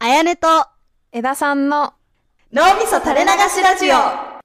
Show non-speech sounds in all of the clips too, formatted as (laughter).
やねと、枝さんの脳みそ垂れ流しラジオ。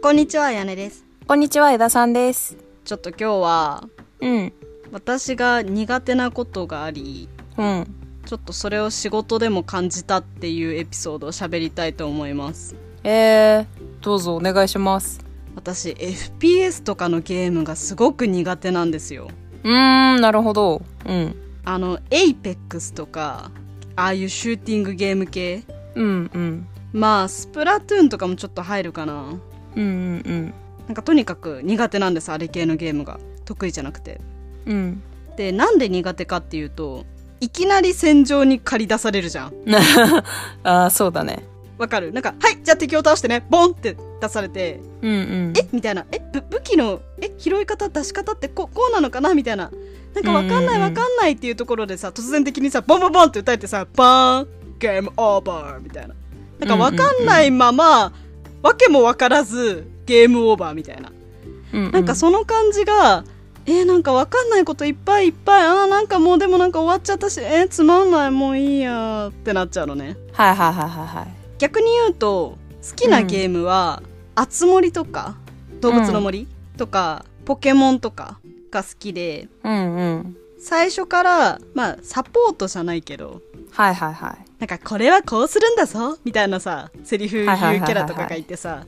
こんにちは、やねです。こんにちは枝さんですちょっと今日は、うん私が苦手なことがあり、うんちょっとそれを仕事でも感じたっていうエピソードを喋りたいと思います。えー、どうぞお願いします私、FPS とかのゲームがすごく苦手なんですよ。うーんなるほどうんあの、APEX とか、ああいうシューティングゲーム系。うんうんまあ、スプラトゥーンとかもちょっと入るかな。うんうんなんかとにかく苦手なんです、あれ系のゲームが。得意じゃなくて。うんうんで、なんで苦手かっていうと、いきなり戦場に駆り出されるじゃん。 (laughs) あーそうだねわかるなんか、はい、じゃあ敵を倒してね、ボンって出されて、うんうんえみたいな、えぶ武器の、え拾い方、出し方ってここうなのかなみたいな。なんかわかんないうんうんわかんないっていうところでさ、突然的にさ、ボンボンボンって歌えてさ、バーン、ゲームオーバーみたいな。なんかわかんないまま、わけもわからず、ゲームオーバーみたいな。うんうんなんかその感じが、えー、なんかわかんないこといっぱいいっぱい、あーなんかもうでもなんか終わっちゃったし、えー、つまんない、もういいやーってなっちゃうのね。はいはいはいはいはい逆に言うと好きなゲームは「あつ森」とか「動物の森」とか「ポケモン」とかが好きでうんうん最初からまあサポートじゃないけどはいはいはいなんかこれはこうするんだぞみたいなさセリフ言うキャラとかがいてさ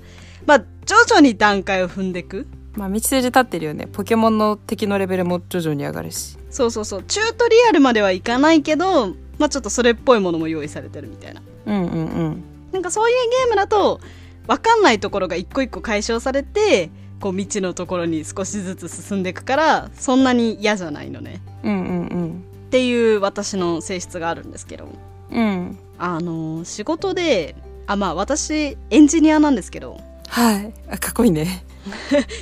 まあ徐々に段階を踏んでくまあ道筋立ってるよねポケモンの敵のレベルも徐々に上がるしそうそうそうチュートリアルまではいかないけどまあちょっとそれっぽいものも用意されてるみたいなうんうんうんなんかそういうゲームだと分かんないところが一個一個解消されてこう未知のところに少しずつ進んでいくからそんなに嫌じゃないのねうんうんうんっていう私の性質があるんですけどうんあの仕事であまあ私エンジニアなんですけどはいあかっこいいね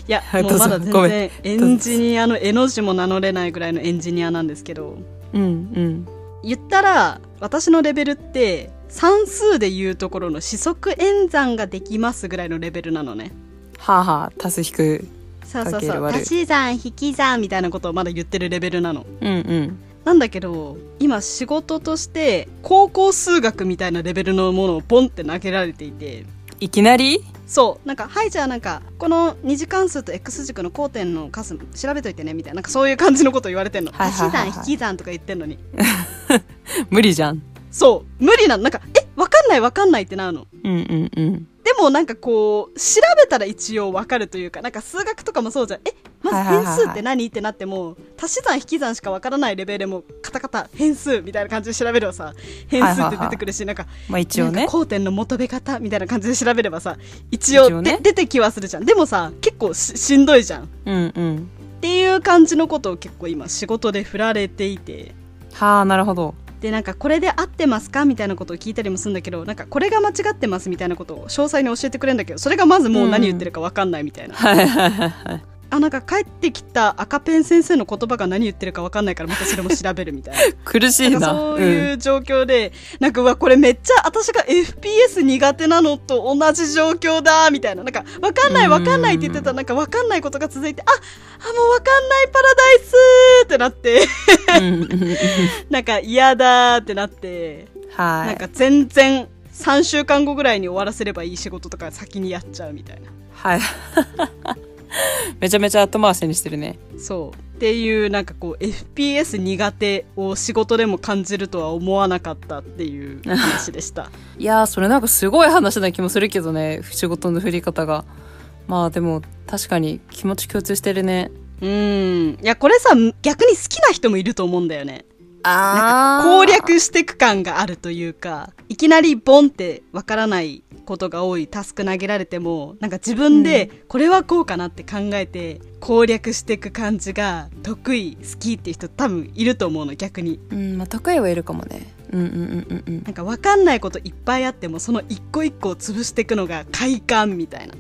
いやはいもうまだどう全ぞごめん然エンジニアの絵の字も名乗れないぐらいのエンジニアなんですけどうんうん言ったら私のレベルって算数でいうところの四則演算ができますぐらいのレベルなのねはあはあ足す引くそうそうかけそるう割る足し算引き算みたいなことをまだ言ってるレベルなのうんうんなんだけど今仕事として高校数学みたいなレベルのものをポンって投げられていていきなりそうなんかはいじゃあなんかこの二次関数と X 軸の交点の数調べといてねみたいななんかそういう感じのこと言われてんの、はいはいはいはい足し算引き算とか言ってんのに無理じゃんそう無理なのなんかえわかんないわかんないってなるのうんうんうんでもなんかこう調べたら一応わかるというかなんか数学とかもそうじゃんえまはいずはいはいはい変数って何ってなっても足し算引き算しかわからないレベルでもカタカタ変数みたいな感じで調べればさ変数って出てくるし、なんかまあ一応なんねか交点の求め方みたいな感じで調べればさ一応一応ねで出てきはするじゃんでもさ結構ししんどいじゃんっうんうんていう感じのことを結構今仕事で振られていてはあなるほどでなんかこれで合ってますかみたいなことを聞いたりもするんだけどなんかこれが間違ってますみたいなことを詳細に教えてくれるんだけどそれがまずもう何言ってるか分かんないみたいな、はいはいはいはいあなんか帰ってきた赤ペン先生の言葉が何言ってるか分かんないからまたそれも調べるみたいな苦 (laughs) しいなんかなそういう状況で、なんかうわこれめっちゃ私が FPS 苦手なのと同じ状況だみたいななんか分かんない分かんないって言ってたうらなんか分かんないことが続いてああもう分かんないパラダイスってなって (laughs) うんうんうんなんか嫌だってなってはいなんか全然3週間後ぐらいに終わらせればいい仕事とか先にやっちゃうみたいなはい (laughs) めちゃめちゃ後回しにしてるねそうっていうなんかこう FPS 苦手を仕事でも感じるとは思わなかったっていう話でしたいやーそれなんかすごい話な気もするけどね仕事の振り方がまあでも確かに気持ち共通してるねうんいやこれさ逆に好きな人もいると思うんだよねあ攻略してく感があるというかいきなりボンってわからないことが多いタスク投げられてもなんか自分でこれはこうかなって考えて攻略してく感じが得意好きっていう人多分いると思うの逆にうんまあ得意はいるかもねうんうんうんうんうんなんかわかんないこといっぱいあってもその一個一個を潰していくのが快感みたいな、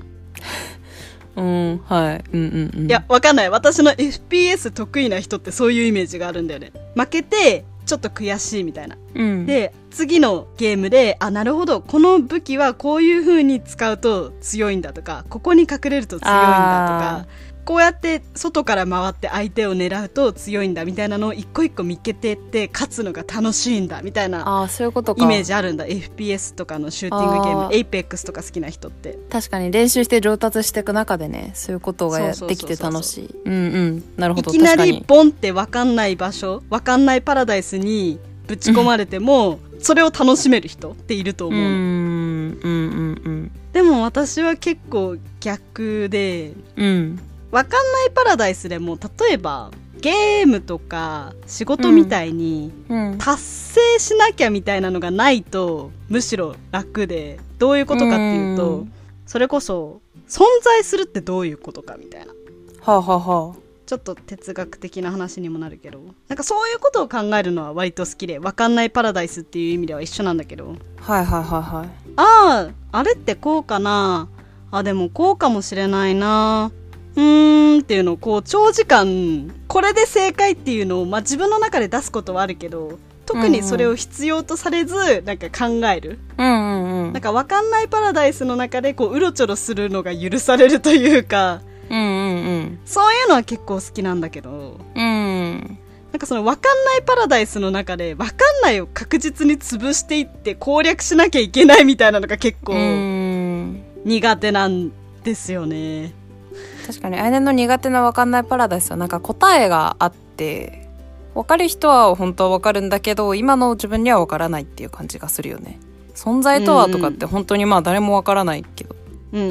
うんはいうんうんうんいやわかんない私の FPS 得意な人ってそういうイメージがあるんだよね負けてちょっと悔しいみたいなうんで次のゲームであなるほどこの武器はこういう風に使うと強いんだとかここに隠れると強いんだとかあこうやって外から回って相手を狙うと強いんだみたいなのを一個一個見つけてって勝つのが楽しいんだみたいなああそういうことかイメージあるんだ FPS とかのシューティングゲーあム APEX とか好きな人って確かに練習して上達していく中でねそういうことがやそうそうそうそうできて楽しいうんうんなるほいどきな確かりにボンって分かんない場所分かんないパラダイスにぶち込まれてもそれを楽しめる人っているとう思んう、うんうんでも私は結構逆でうんうん分かんないパラダイスでも例えばゲームとか仕事みたいにうん達成しなきゃみたいなのがないとむしろ楽でどういうことかっていうと、うんそれこそ存在するってどういうことかみたいなはあはあはちょっと哲学的な話にもなるけどなんかそういうことを考えるのは割と好きで「わかんないパラダイス」っていう意味では一緒なんだけどあはいはいはいはいあああれってこうかなあでもこうかもしれないなうーんっていうのをこう長時間これで正解っていうのを、まあ、自分の中で出すことはあるけど特にそれを必要とされず、なんか考えるうんうんうんなんか分かんないパラダイスの中でこううろちょろするのが許されるというかうんうんうんそういうのは結構好きなんだけどうんなんかその分かんないパラダイスの中で分かんないを確実に潰していって攻略しなきゃいけないみたいなのが結う構ん苦手なんですよね。確かにあやねの苦手な分かんないパラダイスはなんか答えがあって分かる人は本当は分かるんだけど今の自分には分からないっていう感じがするよね存在とはとかって本当にまあ誰も分からないけどうんうんう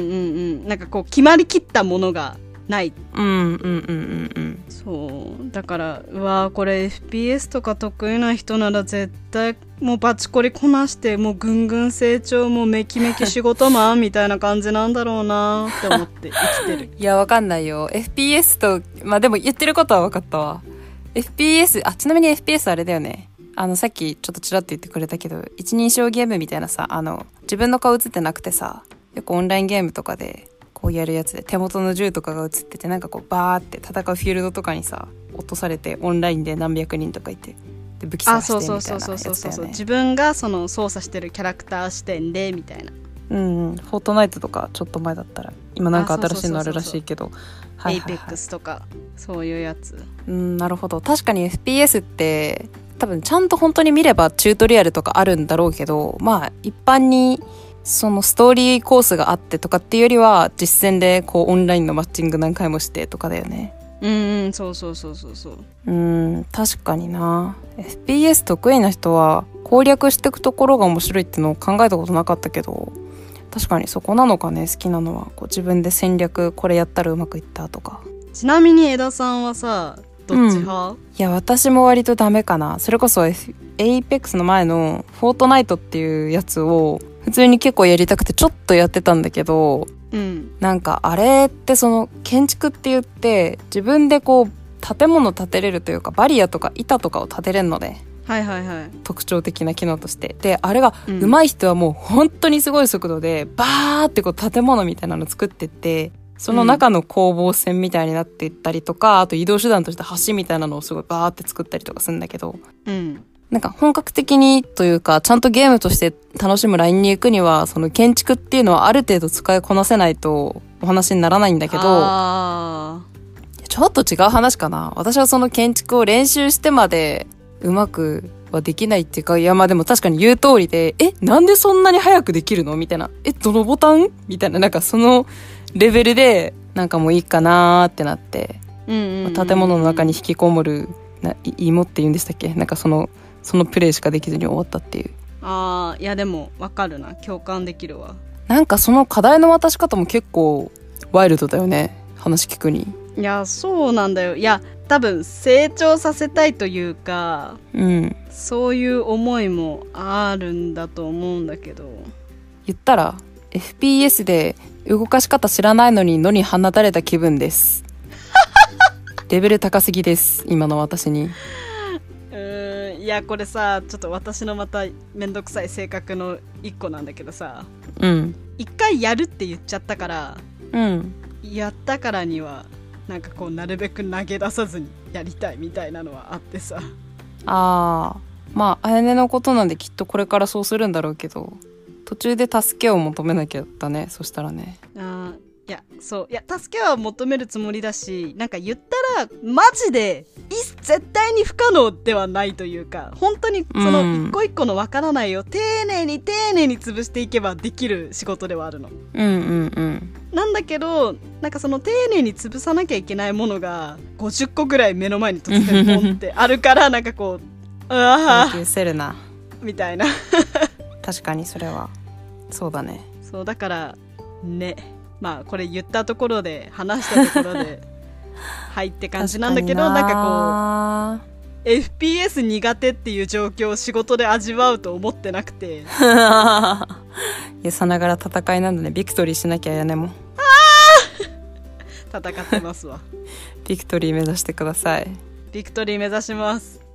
ん。なんかこう決まりきったものがない。うんうんうんうんうんそう。だから、うわーこれ FPS とか得意な人なら絶対もうバチコリこなしてもうぐんぐん成長もうめきめき仕事マンみたいな感じなんだろうなーって思って生きてる。いや、わかんないよ。FPS と、まあでも言ってることは分かったわ。FPS、あ、ちなみに FPS あれだよね。あの、さっきちょっとちらっと言ってくれたけど、一人称ゲームみたいなさ、あの、自分の顔映ってなくてさ、よくオンラインゲームとかで、こうやるやつで、手元の銃とかが映ってて、なんかこう、バーって戦うフィールドとかにさ、落とされて、オンラインで何百人とかいて、で、武器あ、探してそうみたいなそうやつそうそうだよ、ね。そうそう。自分がその操作してるキャラクター視点でみたいな。うんうん、フォートナイトとか、ちょっと前だったら、今なんか新しいのあるらしいけど、はエいイはペいッはいクスとかそういうやつうんなるほど確かに FPS って多分ちゃんと本当に見ればチュートリアルとかあるんだろうけどまあ一般にそのストーリーコースがあってとかっていうよりは実践でこうオンラインのマッチング何回もしてとかだよねうんうんそうそうそうそうそううん確かにな FPS 得意な人は攻略していくところが面白いってのを考えたことなかったけど確かにそこなのかね好きなのはこう自分で戦略これやったらうまくいったとかちなみに江田さんはさどっち派、いや私も割とダメかなそれこそ F- APEX の前の「フォートナイト」っていうやつを普通に結構やりたくてちょっとやってたんだけどうん、なんかあれってその建築って言って自分でこう建物建てれるというかバリアとか板とかを建てれるのではいはいはい特徴的な機能としてであれがうん上手い人はもう本当にすごい速度でバーってこう建物みたいなの作ってってその中の攻防戦みたいになっていったりとか、あと移動手段として橋みたいなのをすごいバーって作ったりとかするんだけどうんなんか本格的にというかちゃんとゲームとして楽しむラインに行くにはその建築っていうのはある程度使いこなせないとお話にならないんだけど。あちょっと違う話かな。私はその建築を練習してまでうまくはできないっていうか、いやまあでも確かに言う通りで、え、なんでそんなに早くできるのみたいな。え、どのボタンみたいな、なんかそのレベルで、なんかもういいかなーってなって、ーうんうんうん、まあ建物の中に引きこもる、ない芋って言うんでしたっけなんかその、そのプレイしかできずに終わったっていう。ああいやでもわかるな共感できるわなんかその課題の渡し方も結構ワイルドだよね。話聞くに。いやそうなんだよいや多分成長させたいというかうん。そういう思いもあるんだと思うんだけど言ったら FPS で動かし方知らないのに野に放たれた気分です (laughs) レベル高すぎです今の私にうーんいやこれさちょっと私のまためんどくさい性格の一個なんだけどさうん一回やるって言っちゃったからうんやったからにはなんかこうなるべく投げ出さずにやりたいみたいなのはあってさああまああやねのことなんできっとこれからそうするんだろうけど途中で助けを求めなきゃだねそしたらねあーいやそういや助けは求めるつもりだしなんか言ったらマジでい絶対に不可能ではないというか本当にそのうん一個一個のわからないを丁寧に丁寧に潰していけばできる仕事ではあるの。うんうんうんなんだけどなんかその丁寧に潰さなきゃいけないものが50個ぐらい目の前に突然ポンってあるからなんかこううわ研究せるなーみたいな確かにそれはそうだねそうだからねまあこれ言ったところで話したところ (laughs) ではいって感じなんだけどなんかこかう FPS 苦手っていう状況を仕事で味わうと思ってなくてこう (laughs) いやさながら戦いなんだねビクトリーしなきゃやねも戦ってますわ (laughs) ビクトリー目指してくださいビクトリー目指します